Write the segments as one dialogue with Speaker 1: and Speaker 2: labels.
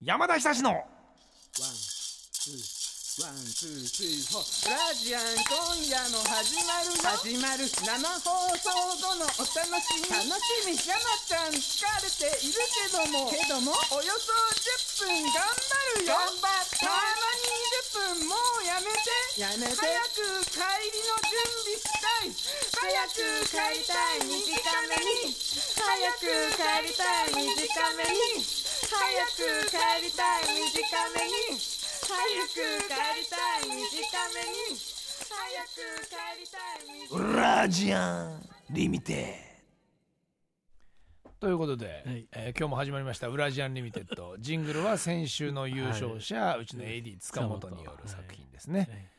Speaker 1: 山田久志の
Speaker 2: ワン、ツー、ワン、ツー、スリー、フォー。ラジアン、今夜も始まるよ。始まる。生放送後のお楽しみ。楽しみ。山ちゃん、疲れているけども。けども、およそ10分頑張るよ。頑張ったまに20分、もうやめて。やめて。早く帰りの準備したい。早く帰りたい、短めに。早く帰りたい、短めに。早く帰りたい短めに早く帰りたい短めに早く帰りたい短めに
Speaker 1: ラジアンリミテということで、
Speaker 3: はい
Speaker 1: えー今日も始まりました「ウラジアンリミテッ ド」ジングルは先週の優勝者、うちの AD 塚本による作品ですね、
Speaker 3: はい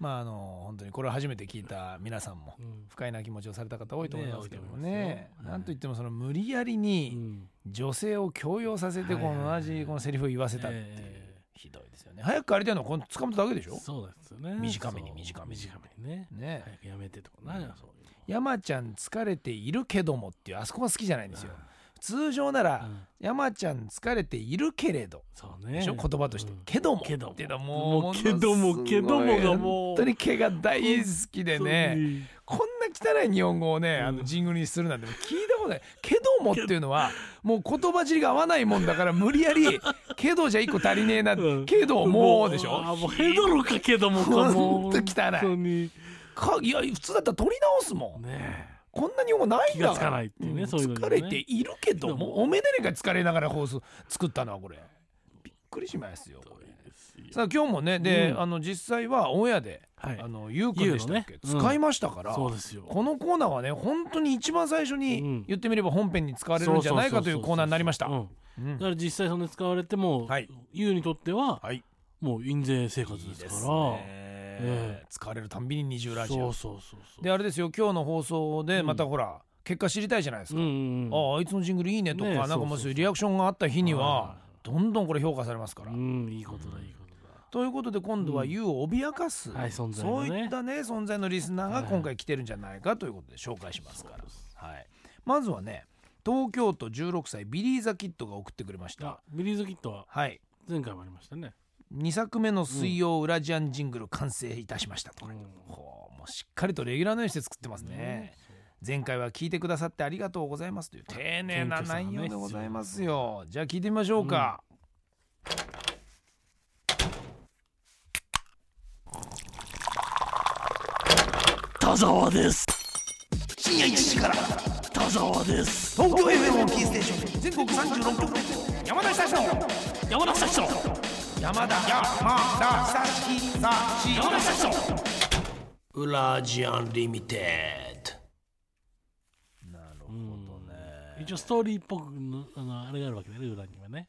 Speaker 1: まああの本当にこれを初めて聞いた皆さんも
Speaker 3: うん
Speaker 1: 不快な気持ちをされた方多いと思いますけどもね
Speaker 3: ね多いと思いますよはい
Speaker 1: なんといってもその無理やりに女性を強要させてこ
Speaker 3: はいはい
Speaker 1: の同
Speaker 3: はい
Speaker 1: じこのセリフを言わせたっていう、
Speaker 3: え
Speaker 1: ひどいですよね早く帰りたいのはこの塚本だけでしょ
Speaker 3: そうですよね
Speaker 1: 短めに
Speaker 3: そう
Speaker 1: 短めに
Speaker 3: 短めにね
Speaker 1: ね
Speaker 3: 早くやめてとかなそういうの
Speaker 1: 山ちゃん疲れているけどもっていうあそこが好きじゃないんですよ通常なら、
Speaker 3: うん
Speaker 1: 山ちゃん疲れているけれど
Speaker 3: そうね
Speaker 1: でしょ言葉として、
Speaker 3: うん
Speaker 1: けども
Speaker 3: けども
Speaker 1: っていうのはもう
Speaker 3: もうけども
Speaker 1: のすごい
Speaker 3: けどもがもう
Speaker 1: 本当に毛が大好きでねこんな汚い日本語をね、あの
Speaker 3: うん
Speaker 1: ジングルにするなんて聞いたことないけどもっていうのはもう言葉尻が合わないもんだから無理や り「けどじゃ一個足りねえな」
Speaker 3: うん
Speaker 1: けども」でしょ
Speaker 3: あもうヘドロかけ どもかも
Speaker 1: ほん
Speaker 3: う
Speaker 1: と汚い
Speaker 3: 本当に
Speaker 1: かいや普通だったら取り直すもん、
Speaker 3: ね
Speaker 1: こんなにもないんだ
Speaker 3: 気がつかないっていうね
Speaker 1: ん
Speaker 3: そういうのにね
Speaker 1: 疲れているけど
Speaker 3: けど
Speaker 1: もおめでれが疲れながら放送作ったのはこれびっくりしますよこれさあ今日もねで、
Speaker 3: うん
Speaker 1: あの実際はオンエアで、
Speaker 3: はい
Speaker 1: あのゆうくんでしたっけ、
Speaker 3: ゆうのねうん
Speaker 1: 使いましたから
Speaker 3: そうですよ
Speaker 1: このコーナーはね本当に一番最初
Speaker 3: う
Speaker 1: に
Speaker 3: ん
Speaker 1: 言ってみれば本編に使われるんじゃないかというコーナーになりました
Speaker 3: うん
Speaker 1: うん
Speaker 3: だから実際それ使われても
Speaker 1: はい
Speaker 3: ユウにとっては
Speaker 1: はい
Speaker 3: もう印税生活
Speaker 1: いい
Speaker 3: で
Speaker 1: ですす
Speaker 3: から
Speaker 1: ね使われるたんびに二重ラジ
Speaker 3: そ
Speaker 1: オ
Speaker 3: うそうそうそう
Speaker 1: であれですよ今日の放送でまたほら、結果知りたいじゃないですか、
Speaker 3: うんうん
Speaker 1: あああいつのジングルいいねとか、
Speaker 3: ねえ
Speaker 1: なんかもう
Speaker 3: そうそうそう
Speaker 1: リアクションがあった日に
Speaker 3: はい
Speaker 1: は
Speaker 3: は
Speaker 1: どんどんこれ評価されますから。
Speaker 3: うんいいことだいいことだ
Speaker 1: ということで今度は YOU を脅かす、
Speaker 3: はい存在
Speaker 1: そ
Speaker 3: の
Speaker 1: う
Speaker 3: ね
Speaker 1: いったね存在のリスナーが今回来てるんじゃないかということで紹介しますから、はい、まずはね東京都16歳ビリー・ザ・キッドが送ってくれまし
Speaker 3: あ
Speaker 1: た。
Speaker 3: ビリーズキットは
Speaker 1: はい
Speaker 3: 前回もありましたね
Speaker 1: 2作目の水曜ウラジアンジングル完成いたしましたと、
Speaker 3: うん
Speaker 1: ほうもうしっかりとレギュラーのようにして作ってますね、前回は聞いてくださってありがとうございますという丁寧な内容でございますよじゃあ聞いてみましょうか、
Speaker 3: 田沢です
Speaker 1: 深夜1時から
Speaker 3: 田沢です
Speaker 1: 東京 FM をキーステーション全国36局山田久志の
Speaker 3: 山田久志と
Speaker 1: 山田山田久志さし
Speaker 3: 山田久志と
Speaker 1: ウラジアンリミテッドなるほどね、
Speaker 3: 一応ストーリーっぽくのあのあれがあるわけだね裏にはね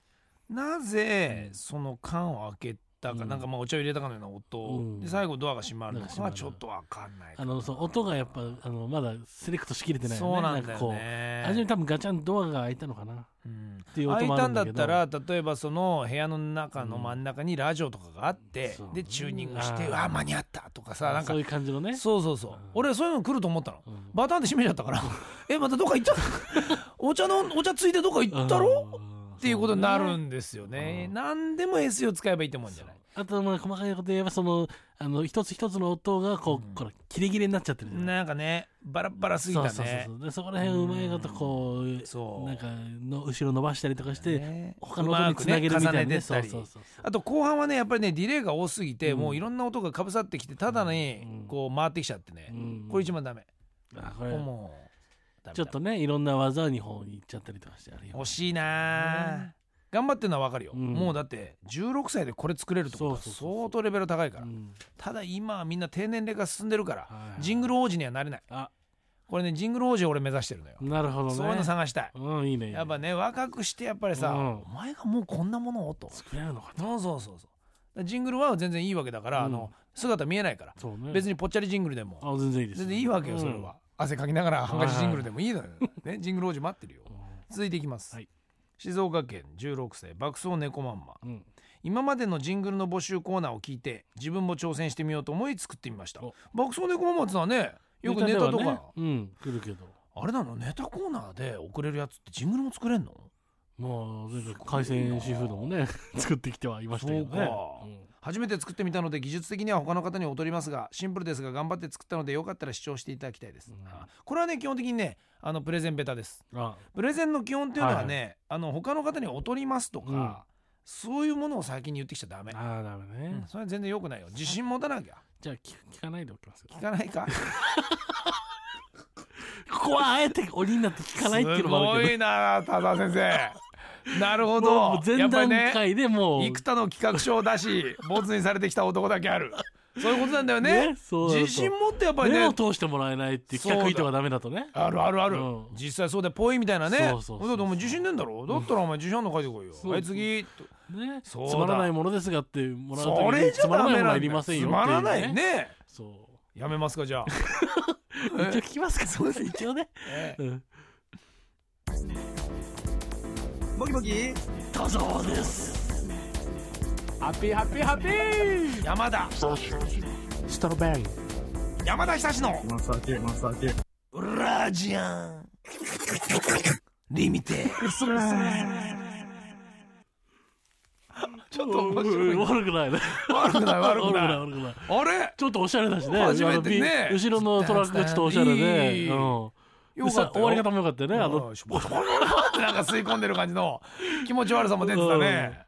Speaker 1: なぜその缶を開けたか、
Speaker 3: うん
Speaker 1: なんかまあお茶を入れたかのような音、
Speaker 3: うん
Speaker 1: で最後ドアが閉まるの
Speaker 3: ドアが閉
Speaker 1: か
Speaker 3: ま
Speaker 1: は
Speaker 3: る
Speaker 1: ちょっとわかんない
Speaker 3: あのそう音がやっぱあのまだセレクトしきれてないよね
Speaker 1: そうなんだ
Speaker 3: か
Speaker 1: よ
Speaker 3: こ
Speaker 1: ね
Speaker 3: 初め多分ガチャンドアが開いたのかな
Speaker 1: うん
Speaker 3: っていう音
Speaker 1: 開い
Speaker 3: もあ
Speaker 1: た
Speaker 3: る
Speaker 1: ん
Speaker 3: ん
Speaker 1: だ
Speaker 3: だ
Speaker 1: っ
Speaker 3: けど
Speaker 1: たら例えばその部屋の中の真ん中にラジオとかがあって、
Speaker 3: そう
Speaker 1: でチューニングして「
Speaker 3: あー
Speaker 1: うわ間に合った」とかさなんか
Speaker 3: そういう感じのね
Speaker 1: そうそうそう、俺そういうの来ると思ったの、
Speaker 3: ん
Speaker 1: バタンって閉めちゃったから えまたどっか行っちゃった お茶のお茶ついてどっか行ったろ
Speaker 3: うん
Speaker 1: っていうことになる
Speaker 3: そ
Speaker 1: んですよね何でも S を使えばいいと思うんじゃない、
Speaker 3: うあとまあ細かいこと言えばそのあの一つ一つの音がこう、これキレキレになっちゃってるじゃない
Speaker 1: なんかねバラッバラすぎた
Speaker 3: そ
Speaker 1: ね
Speaker 3: うそうそうそうでそこら辺うまいことこう
Speaker 1: そう
Speaker 3: なんかの後ろ伸ばしたりとかして、
Speaker 1: ね
Speaker 3: 他の音につなげるみたいな、
Speaker 1: うまくね重ねてったり
Speaker 3: そうそうそう
Speaker 1: あと後半はねやっぱりねディレイが多すぎて、もういろんな音がかぶさってきてただね、
Speaker 3: うん
Speaker 1: こう回ってきちゃってね、
Speaker 3: うん
Speaker 1: これ一番ダメ、
Speaker 3: あこ
Speaker 1: こ
Speaker 3: れ
Speaker 1: れもうダメ
Speaker 3: ちょっとねいろんな技に方に行っちゃったりとかしてあるよ
Speaker 1: 惜しいなあ、頑張ってるのは分かるよ、
Speaker 3: うん
Speaker 1: もうだって16歳でこれ作れるってことは
Speaker 3: そうそうそうそう
Speaker 1: 相当レベル高いから、
Speaker 3: うん
Speaker 1: ただ今はみんな低年齢が進んでるから、
Speaker 3: はい
Speaker 1: ジングル王子にはなれない
Speaker 3: あ
Speaker 1: これねジングル王子を俺目指してるのよ、
Speaker 3: なるほどね
Speaker 1: そういうの探したい、
Speaker 3: うんいいねいいね
Speaker 1: やっぱね若くしてやっぱりさ、
Speaker 3: うん
Speaker 1: お前がもうこんなものをと
Speaker 3: 作れるのか
Speaker 1: そうそうそうそうジングルは全然いいわけだから、
Speaker 3: うん
Speaker 1: あの姿見えないから、
Speaker 3: そうね
Speaker 1: 別にぽっちゃりジングルでも
Speaker 3: あ全然いいです
Speaker 1: 全然いいわけよそれは、、汗かきながらハンカチジングルでもいいのよ、ね、ジングル王子待ってるよ
Speaker 3: うん
Speaker 1: 続いていきます、
Speaker 3: はい
Speaker 1: 静岡県16歳爆走猫まんま
Speaker 3: うんうん
Speaker 1: 今までのジングルの募集コーナーを聞いて自分も挑戦してみようと思い作ってみました
Speaker 3: お
Speaker 1: 爆走猫まんまってのはねよくネタとか、
Speaker 3: ではねうん来るけど
Speaker 1: あれなのネタコーナーで送れるやつってジングルも作れんの
Speaker 3: まあ、全然海鮮シーフード もね、作ってきてはいましたけどね。
Speaker 1: そうか
Speaker 3: ん
Speaker 1: 初めて作ってみたので技術的には他の方に劣りますがシンプルですが頑張って作ったのでよかったら視聴していただきたいです、
Speaker 3: うん
Speaker 1: あこれはね基本的にねあのプレゼンベタです
Speaker 3: あ
Speaker 1: プレゼンの基本っていうのはね、あの他の方に劣りますとか、
Speaker 3: うん
Speaker 1: そういうものを先に言ってきちゃダメ、
Speaker 3: あー、ダメね、
Speaker 1: うんそれは全然良くないよ自信持たなきゃ
Speaker 3: じゃあ聞、聞かないでおきますよ。
Speaker 1: 聞かないか
Speaker 3: ここはあえて鬼になって聞かないっていうのもある
Speaker 1: す
Speaker 3: け
Speaker 1: ごいな多田先 生なるほ
Speaker 3: ど。も
Speaker 1: ど
Speaker 3: う
Speaker 1: や
Speaker 3: 前段
Speaker 1: っぱりね
Speaker 3: 階でもう。
Speaker 1: 幾多の企画書を出しボツにされてきた男だけあるそういうことなんだよね
Speaker 3: そうだと
Speaker 1: 自信持ってやっぱり
Speaker 3: 目
Speaker 1: ね
Speaker 3: を通してもらえないっていう企画意図はダメだとね。
Speaker 1: あるあるある、
Speaker 3: うん
Speaker 1: 実際そうだよぽいみたいなね
Speaker 3: そうそうそう
Speaker 1: だってお前自信ねえんだろだったらお前自信あんの書いてこいよ、
Speaker 3: そう
Speaker 1: はい次
Speaker 3: ね。つ
Speaker 1: そうだ
Speaker 3: まらないものですがってもらう
Speaker 1: そ
Speaker 3: とき
Speaker 1: れ
Speaker 3: に
Speaker 1: じゃ
Speaker 3: つま
Speaker 1: ダ
Speaker 3: らな
Speaker 1: メなんだ
Speaker 3: いものはいり
Speaker 1: よ
Speaker 3: ません
Speaker 1: つ
Speaker 3: よっていう、
Speaker 1: ま
Speaker 3: ね。
Speaker 1: らない。ね
Speaker 3: そう。
Speaker 1: やめますかじゃあ
Speaker 3: 一応聞きますか、そうです一 応ね。うん。
Speaker 2: ボキボキ
Speaker 3: 多蔵です。
Speaker 2: ハッピーハッピーハッピー
Speaker 1: 山田
Speaker 3: ストロベリー。
Speaker 1: 山田久志の
Speaker 2: マサケマサケ
Speaker 1: ラジアンリミテッドちょっと 面白い
Speaker 3: 悪くないね。
Speaker 1: 悪くない悪く ない
Speaker 3: 悪くない。
Speaker 1: あれ
Speaker 3: ちょっとおしゃれだしね。
Speaker 1: 初めてね
Speaker 3: あのビ後ろのトラックがちょっとおしゃれ
Speaker 1: い
Speaker 3: で。
Speaker 1: い
Speaker 3: うん。
Speaker 1: よか
Speaker 3: さ
Speaker 1: った
Speaker 3: 終
Speaker 1: よ
Speaker 3: わり方もよかったよね。あの、
Speaker 1: うんしょぼしょぼしょぼってなんか吸い込んでる感じの気持ち悪さも出てたね。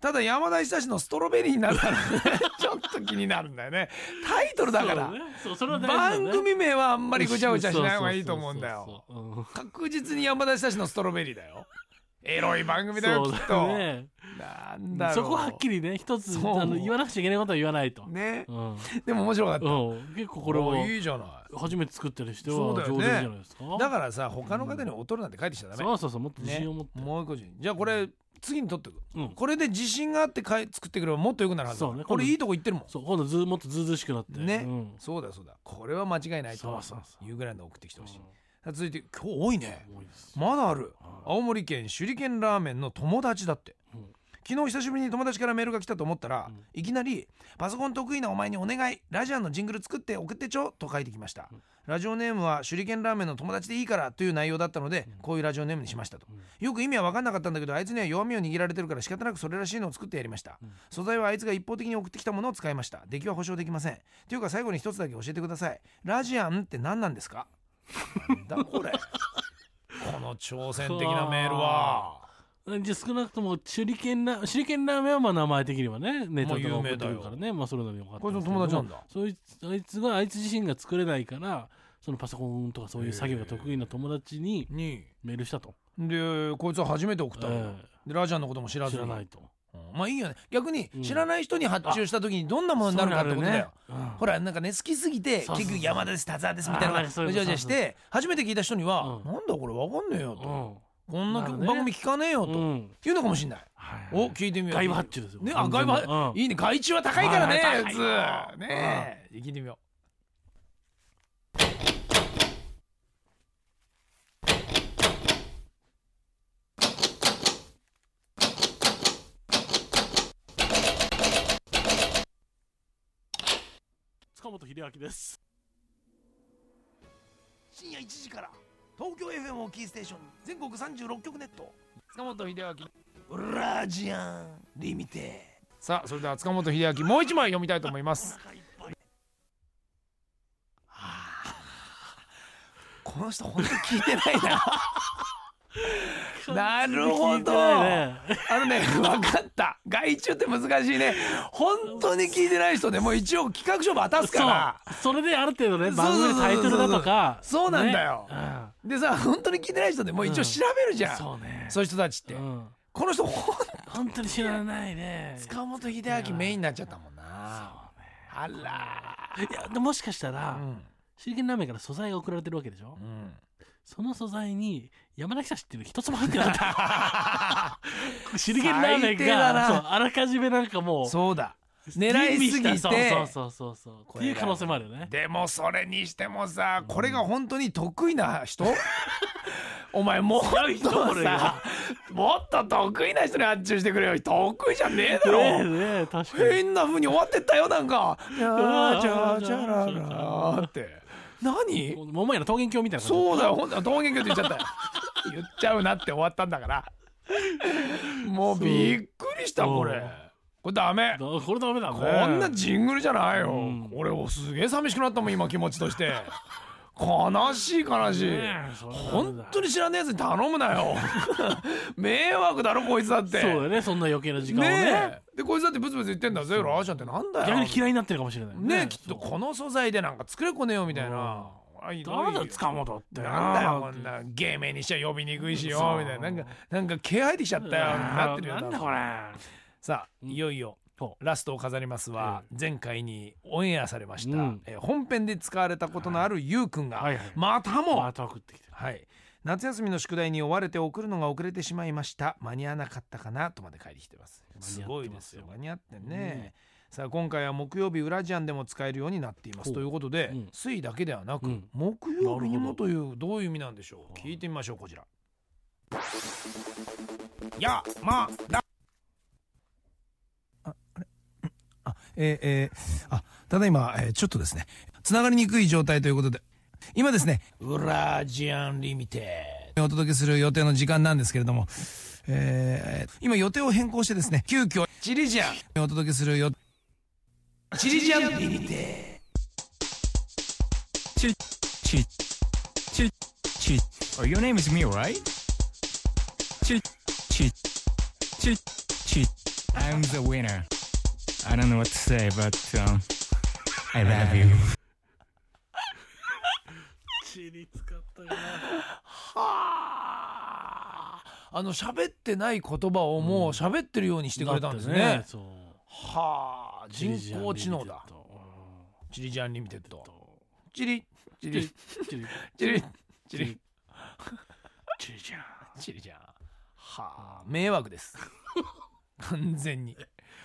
Speaker 1: ただ山田久志のストロベリーになった らねちょっと気になるんだよね。タイトルだから、
Speaker 3: そうねそうそれは大事だね
Speaker 1: 番組名はあんまりぐちゃぐちゃしない方がいいと思うんだ
Speaker 3: そう
Speaker 1: よ。
Speaker 3: そうそうそう。うん
Speaker 1: 確実に山田久志のストロベリーだよ。エロい番組だよ
Speaker 3: そう
Speaker 1: きっ
Speaker 3: だ
Speaker 1: と。
Speaker 3: ね。
Speaker 1: なんだろう。
Speaker 3: そこはっきりね、一つ
Speaker 1: そう
Speaker 3: あの言わなくちゃいけないことは言わないと。
Speaker 1: ね
Speaker 3: う。ん。
Speaker 1: でも面白かった。
Speaker 3: うん結構これ
Speaker 1: お
Speaker 3: はい
Speaker 1: いじゃない。
Speaker 3: 初めて作ったりしては
Speaker 1: そう
Speaker 3: 上
Speaker 1: だ
Speaker 3: 手
Speaker 1: よ
Speaker 3: じ
Speaker 1: ね
Speaker 3: ゃないですか。
Speaker 1: だからさ他の方に劣るなんて書いてきちゃダメ。
Speaker 3: そうそうそう、もっと自
Speaker 1: ね
Speaker 3: 信を持って。
Speaker 1: もう一個じじゃあこれ次に取ってく、
Speaker 3: うん
Speaker 1: これで自信があってかい作ってくればもっと良くなるはずだ
Speaker 3: そうね
Speaker 1: これ
Speaker 3: 今度
Speaker 1: いいとこいってるもん
Speaker 3: そう、今度ずもっとずうずうしくなって。
Speaker 1: ね、
Speaker 3: うん
Speaker 1: そうだそうだこれは間違いないと思う
Speaker 3: そうそうそ
Speaker 1: いうぐらいの送ってきてほしい、さあ続いて今日多いね
Speaker 3: 多いです
Speaker 1: まだある青森県手裏剣ラーメンの友達だって、
Speaker 3: うん
Speaker 1: 昨日久しぶりに友達からメールが来たと思ったら、いきなり「パソコン得意なお前にお願いラジアンのジングル作って送ってちょ」と書いてきました、ラジオネームは手裏剣ラーメンの友達でいいからという内容だったので、こういうラジオネームにしましたと、よく意味は分かんなかったんだけどあいつには弱みを握られてるから仕方なくそれらしいのを作ってやりました、素材はあいつが一方的に送ってきたものを使いました出来は保証できませんというか最後に一つだけ教えてくださいラジアンって何なんですかなんだ これこの挑戦的なメールは
Speaker 3: じゃあ少なくとも手裏剣ラ手裏剣ラーメンはまあ名前的にはねネタとか送ってくるからねまあそれなりによかった
Speaker 1: こいつの友達なんだ
Speaker 3: そいつあいつがあいつ自身が作れないからそのパソコンとかそういう作業が得意な友達に
Speaker 1: 2
Speaker 3: メールしたと、
Speaker 1: でこいつは初めて送ったのよ、
Speaker 3: え
Speaker 1: でラジアンのことも知ら
Speaker 3: え
Speaker 1: ず
Speaker 3: 知
Speaker 1: に
Speaker 3: らないと
Speaker 1: うんまあいいよね逆に
Speaker 3: うん
Speaker 1: 知らない人に発注した時にどんなものになるかってことだよ、
Speaker 3: そうなるねうん
Speaker 1: ほらなんかね好きすぎて
Speaker 3: そうそうそう
Speaker 1: 結局山田です田沢ですみたい
Speaker 3: あー
Speaker 1: な
Speaker 3: なんか
Speaker 1: う
Speaker 3: そういう
Speaker 1: じ
Speaker 3: こと
Speaker 1: ゃうじゃして初めて聞いた人には、
Speaker 3: うん
Speaker 1: なんだこれわかんねえよと、こんな
Speaker 3: なるね
Speaker 1: 番組聞かねえよと、
Speaker 3: うん
Speaker 1: 言うのかもしんない、
Speaker 3: はい
Speaker 1: お聞いてみよう
Speaker 3: 外部発注ですよ
Speaker 1: ねあ
Speaker 3: 完全
Speaker 1: 外
Speaker 3: に
Speaker 1: 部発、
Speaker 3: うん
Speaker 1: いいね外注は高いからね
Speaker 3: はい
Speaker 1: 普通
Speaker 3: 高い
Speaker 1: ねえ、聞いてみよ
Speaker 3: 塚本秀明です
Speaker 1: う深夜1時から東京 FM をキーステーションに全国36局ネット塚本秀明ラジアンリミテさあそれでは塚本秀明もう一枚読みたいと思います この人本当に聞いてない ななるほ
Speaker 3: 聞い
Speaker 1: ど
Speaker 3: てないね
Speaker 1: あのね、分かった。外注って難しいね。本当に聞いてない人でもう一応企画書渡すから。
Speaker 3: そうそれである程度ね
Speaker 1: そうそう
Speaker 3: 番
Speaker 1: そう
Speaker 3: 組のタイトルだとか
Speaker 1: そうなんだよ
Speaker 3: ねうん
Speaker 1: でさ、本当に聞いてない人でもう一応調べるじゃん。
Speaker 3: そうね
Speaker 1: そういう人たちって。
Speaker 3: うん
Speaker 1: この人、ほん
Speaker 3: 本当に知らないね
Speaker 1: 塚本秀明メインになっちゃったもんな。あら
Speaker 3: いやでもしかしたら、
Speaker 1: ー。うん。
Speaker 3: 手裏剣ラーメンから素材が送られてるわけでしょ、
Speaker 1: うん。
Speaker 3: その素材に山田久志っていうの一つも入ってなかった 手裏剣ラーメン
Speaker 1: 最低だな
Speaker 3: がそうあらかじめなんかもう
Speaker 1: そうだ。狙いすぎて。
Speaker 3: そうそうそうそうそう
Speaker 1: こ
Speaker 3: って
Speaker 1: れ
Speaker 3: い
Speaker 1: が
Speaker 3: う可能性もあるよね
Speaker 1: でもそれにしてもさこれが本当に得意な人 お前もっ
Speaker 3: 強い人
Speaker 1: と
Speaker 3: これが
Speaker 1: さもっと得意な人に発注してくれよ得意じゃねえだ
Speaker 3: ね
Speaker 1: ろ
Speaker 3: えねえ確かに
Speaker 1: 変な風に終わってったよなんか「じゃあじゃあじゃあらら」って何
Speaker 3: もうもやの桃屋の桃源郷みたいな感じ
Speaker 1: そうだよほんと桃源郷って言っちゃったよ言っちゃうなって終わったんだからもうびっくりした
Speaker 3: そう
Speaker 1: これこれダメ
Speaker 3: だこれダメだね
Speaker 1: こんなジングルじゃないよ、
Speaker 3: うん
Speaker 1: 俺おすげえ寂しくなったもん今気持ちとして悲しい悲しい、
Speaker 3: ねえそれはダメだ
Speaker 1: 本当に知らねえやつに頼むなよ 迷惑だろこいつだって
Speaker 3: そうだよねそんな余計な時間を
Speaker 1: ね
Speaker 3: ね
Speaker 1: えでこいつだってブツブツ言ってんだぜラーちゃんってなんだよ
Speaker 3: 逆に嫌いになってるかもしれない
Speaker 1: ねえきっと
Speaker 3: そう
Speaker 1: この素材でなんか作れっこねえよみたいなあひどいよ
Speaker 3: 誰だよ塚本って
Speaker 1: なんだよこんな芸名にしちゃ呼びにくいしよ
Speaker 3: そう
Speaker 1: みたいななんかなんか気配ってきちゃったよなってるよ
Speaker 3: なんだ
Speaker 1: 多
Speaker 3: こ
Speaker 1: 分
Speaker 3: れ
Speaker 1: さあ
Speaker 3: ん
Speaker 1: いよいよ
Speaker 3: そ
Speaker 1: ラストを飾りますは前回にオンエアされまし
Speaker 3: う
Speaker 1: た
Speaker 3: ん
Speaker 1: えー本編で使われたことのあるゆうくんが
Speaker 3: はいはい
Speaker 1: またも
Speaker 3: また送ってきて
Speaker 1: はい、夏休みの宿題に追われて送るのが遅れてしまいました間に合わなかったかなとまで帰りきてますす
Speaker 3: 間に合ってますよ
Speaker 1: ごいですよ間に合ってね、さあ今回は木曜日ウラジアンでも使えるようになっています
Speaker 3: ほう
Speaker 1: ということで、
Speaker 3: うん
Speaker 1: 水だけではなく、
Speaker 3: うん
Speaker 1: 木曜日にも
Speaker 3: なるほど
Speaker 1: というどういう意味なんでしょう
Speaker 3: はい
Speaker 1: 聞いてみましょうこちらやまだあええあただいま、えちょっとですねつながりにくい状態ということで今ですねウラジアンリミテッドお届けする予定の時間なんですけれども、えー、今予定を変更してですね急遽チリジアンお届けするよチリジアンリミテ
Speaker 4: チチチチ Oh, Your name is me, right? チチチチ I'm the winner. I don't know what to say, but um, I love you.
Speaker 3: チリ使ったよな
Speaker 1: はああの喋ってない言葉をもう喋ってるようにしてくれたんですね,、
Speaker 3: だってそう
Speaker 1: はあ人工知能だチリジアンリミテッドチリチ
Speaker 3: チリ
Speaker 1: リ
Speaker 3: チリ
Speaker 1: チリチ
Speaker 3: チ
Speaker 1: リ
Speaker 3: リチリじゃん
Speaker 1: チリジアンはあ迷惑です 完全に、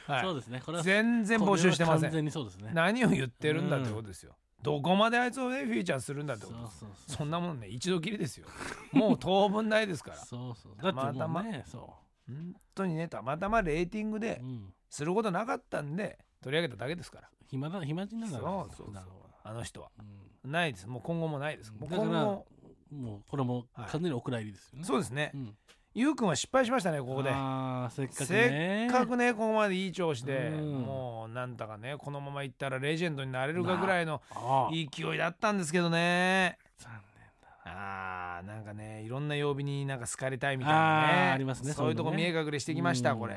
Speaker 1: はい、
Speaker 3: そうですねこれは
Speaker 1: 全然募集してませ
Speaker 3: これは完全
Speaker 1: ん
Speaker 3: にそうですね
Speaker 1: 何を言ってるんだってことですよ、どこまであいつをねフィーチャーするんだって
Speaker 3: そう
Speaker 1: ことです
Speaker 3: そうそう
Speaker 1: そんなもんね一度きりですよもう当分ないですから
Speaker 3: そうそうだって
Speaker 1: た
Speaker 3: も
Speaker 1: ま
Speaker 3: う
Speaker 1: た
Speaker 3: ねそ
Speaker 1: 本当にねたまたまレーティング
Speaker 3: う
Speaker 1: で
Speaker 3: うん
Speaker 1: することなかったんで取り上げただけですから
Speaker 3: 暇だ暇人なんだから
Speaker 1: そうそうそう
Speaker 3: なるほど
Speaker 1: あの人は
Speaker 3: うん
Speaker 1: ないですもう今後もないですもう
Speaker 3: だから
Speaker 1: 今後
Speaker 3: もうこれも完全にお蔵入りですよね
Speaker 1: そうですね、
Speaker 3: うん
Speaker 1: ゆうくんは失敗しましたねここで
Speaker 3: あーせっかく
Speaker 1: せ
Speaker 3: ね
Speaker 1: っかくねここまでいい調子で、
Speaker 3: うん
Speaker 1: もうなんだかねこのままいったらレジェンドになれるかぐらいの
Speaker 3: あー
Speaker 1: 勢いだったんですけどね
Speaker 3: 残
Speaker 1: あーなんかねいろんな曜日になんか好かれたいみたい
Speaker 3: あ
Speaker 1: なね
Speaker 3: ーありますね
Speaker 1: そういうとこ
Speaker 3: そう
Speaker 1: 見
Speaker 3: い
Speaker 1: え
Speaker 3: う
Speaker 1: 隠れしてきました、
Speaker 3: うん
Speaker 1: これ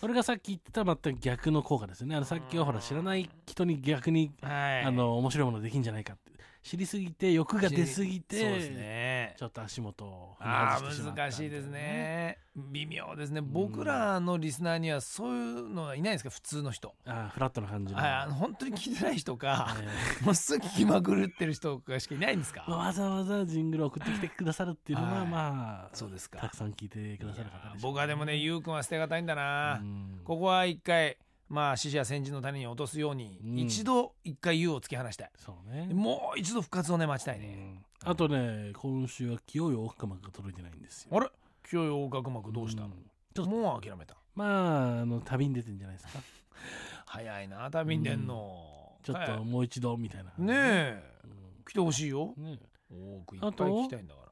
Speaker 3: それがさっき言ってた全く逆の効果ですよねあのさっきはほら知らない人に逆に
Speaker 1: はい
Speaker 3: あの面白いものできんじゃないかって知りすぎて欲が出すぎ
Speaker 1: そうです
Speaker 3: て
Speaker 1: ね
Speaker 3: ちょっと足元を
Speaker 1: あ
Speaker 3: 踏み外してま
Speaker 1: ー
Speaker 3: った
Speaker 1: 難しいですね微妙ですね僕らのリスナーにはそういうのはいないんですか普通の人、
Speaker 3: あーフラットな感じの
Speaker 1: はいあの本当に聞いてない人か
Speaker 3: え
Speaker 1: もうすぐ聞きまくるってる人がしかいないんです
Speaker 3: ー
Speaker 1: か
Speaker 3: わざわざジングルを送ってきてくださるっていうの
Speaker 1: は
Speaker 3: はいまあ
Speaker 1: そうですか
Speaker 3: たくさん聞いてくださる
Speaker 1: い
Speaker 3: 方
Speaker 1: や
Speaker 3: で
Speaker 1: ー
Speaker 3: しょう
Speaker 1: 僕はでもねゆうくんは捨てがたいんだな、
Speaker 3: うん
Speaker 1: ここは一回まあ死者戦時の谷に落とすように、
Speaker 3: うん
Speaker 1: 一度一回優を突き放したい
Speaker 3: そうね
Speaker 1: もう一度復活をね待ちたいうね、
Speaker 3: んあとね今週は清い奥幕が届いてないんですよ
Speaker 1: あれ清い横隔膜どうした、
Speaker 3: んちょっと
Speaker 1: もう諦めた
Speaker 3: まああの旅に出てんじゃないですか
Speaker 1: 早いな旅に出んの、
Speaker 3: ちょっ
Speaker 1: は
Speaker 3: ともう一度みたいな、
Speaker 1: いねえ
Speaker 3: うん
Speaker 1: 来てほしいよ
Speaker 3: ね
Speaker 1: 多くいっ
Speaker 3: あ
Speaker 1: ぱ
Speaker 3: と
Speaker 1: い聞きたいんだから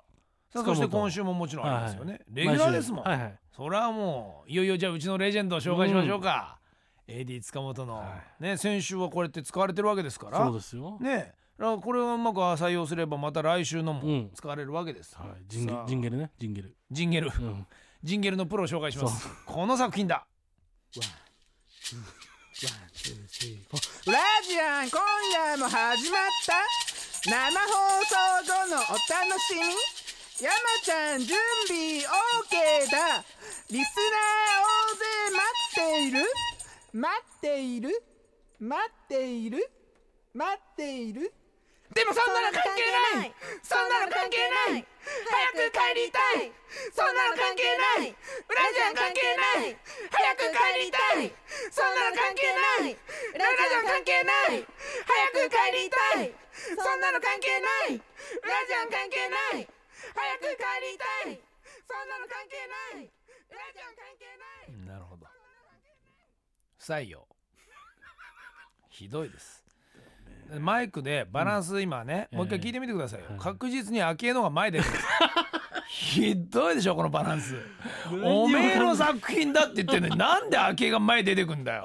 Speaker 1: さあそ
Speaker 3: 塚本
Speaker 1: して今週ももちろんありますよね、レギュラーですもん、
Speaker 3: 毎週はいはい
Speaker 1: それはもういよいよじゃあうちのレジェンドを紹介しましょうか、AD 塚本の、
Speaker 3: は
Speaker 1: ね先週はこれって使われてるわけですから
Speaker 3: そうですよ、
Speaker 1: ねだからこれをうまく採用すればまた来週の
Speaker 3: う
Speaker 1: も
Speaker 3: ん
Speaker 1: 使われるわけです、
Speaker 3: はい、ジンゲ
Speaker 1: さあ
Speaker 3: ジンゲルねジンゲル、
Speaker 1: ジンゲル
Speaker 3: うん、
Speaker 1: ジンゲルのプロを紹介しますこの作品だ
Speaker 2: ラジアン今夜も始まった生放送後のお楽しみ山ちゃん準備 OK だリスナー大勢待っている待っている待っている待っているでもそんなの関係ないそんなの関係ない早く帰りたいそんなの関係ないラジアン関係ない早く帰りたいそんなの関係ないラジアン関係ない早く帰りたいそんなの関係ないラジアン関係ない早く帰りたいそんなの関係ないラジアン関係ない
Speaker 1: なるほど不採用ひどいですマイクでバランス今ね、もう一回聞いてみてくださいよ、
Speaker 3: はい
Speaker 1: 確実に明恵の方が前ですひどいでしょこのバランス
Speaker 3: 何にも
Speaker 1: おめえの作品だって言ってんのになんで明恵が前出てくんだよ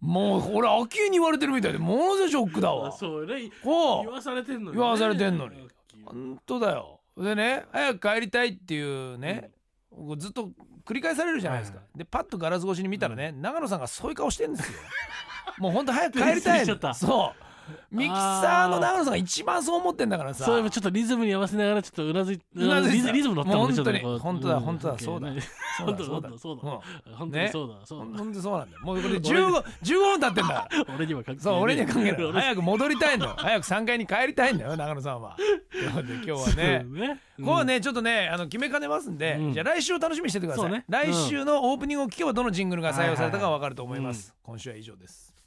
Speaker 1: もう俺明恵に言われてるみたいでものすごいショックだわ
Speaker 3: そうね
Speaker 1: ほう
Speaker 3: 言わされてんのにね
Speaker 1: 言わされてんのに本当だよでね早く帰りたいっていうね、こうずっと繰り返されるじゃないですか、
Speaker 3: は
Speaker 1: でパッとガラス越しに見たらね、長野さんがそういう顔してんです よもう本当早く帰りた
Speaker 3: びっくりし
Speaker 1: い
Speaker 3: ちゃった
Speaker 1: そうミキサーの長野さんが一番そう思ってんだからさ
Speaker 3: そういえばちょっとリズムに合わせながらちょっとうなずいう
Speaker 1: なずいて
Speaker 3: リ
Speaker 1: た
Speaker 3: ズリズム乗ったもんねちょっとね
Speaker 1: もう本当に
Speaker 3: こう
Speaker 1: 本当だ本当だ
Speaker 3: ん
Speaker 1: そうだ
Speaker 3: ね
Speaker 1: そう
Speaker 3: 本
Speaker 1: だ
Speaker 3: 当だ
Speaker 1: そうだ
Speaker 3: 本当そう
Speaker 1: うん
Speaker 3: だ 本当にそうだそうだ
Speaker 1: 本当にそうなんだよもうこれで 15, 15分経ってんだか ら
Speaker 3: 俺には関係ない
Speaker 1: そう俺には関係ない
Speaker 3: 俺
Speaker 1: 早く戻りたいんだよ早く3階に帰りたいんだよ長野さ んはということで今日はね
Speaker 3: そうね
Speaker 1: こうねちょっとねあの決めかねますんで、
Speaker 3: うん
Speaker 1: じゃあ来週を楽しみにしててくださ
Speaker 3: そ
Speaker 1: い、
Speaker 3: うね
Speaker 1: 来週のオープニングを聞けばどのジングルが採用されたかわかると思います、今週は以上です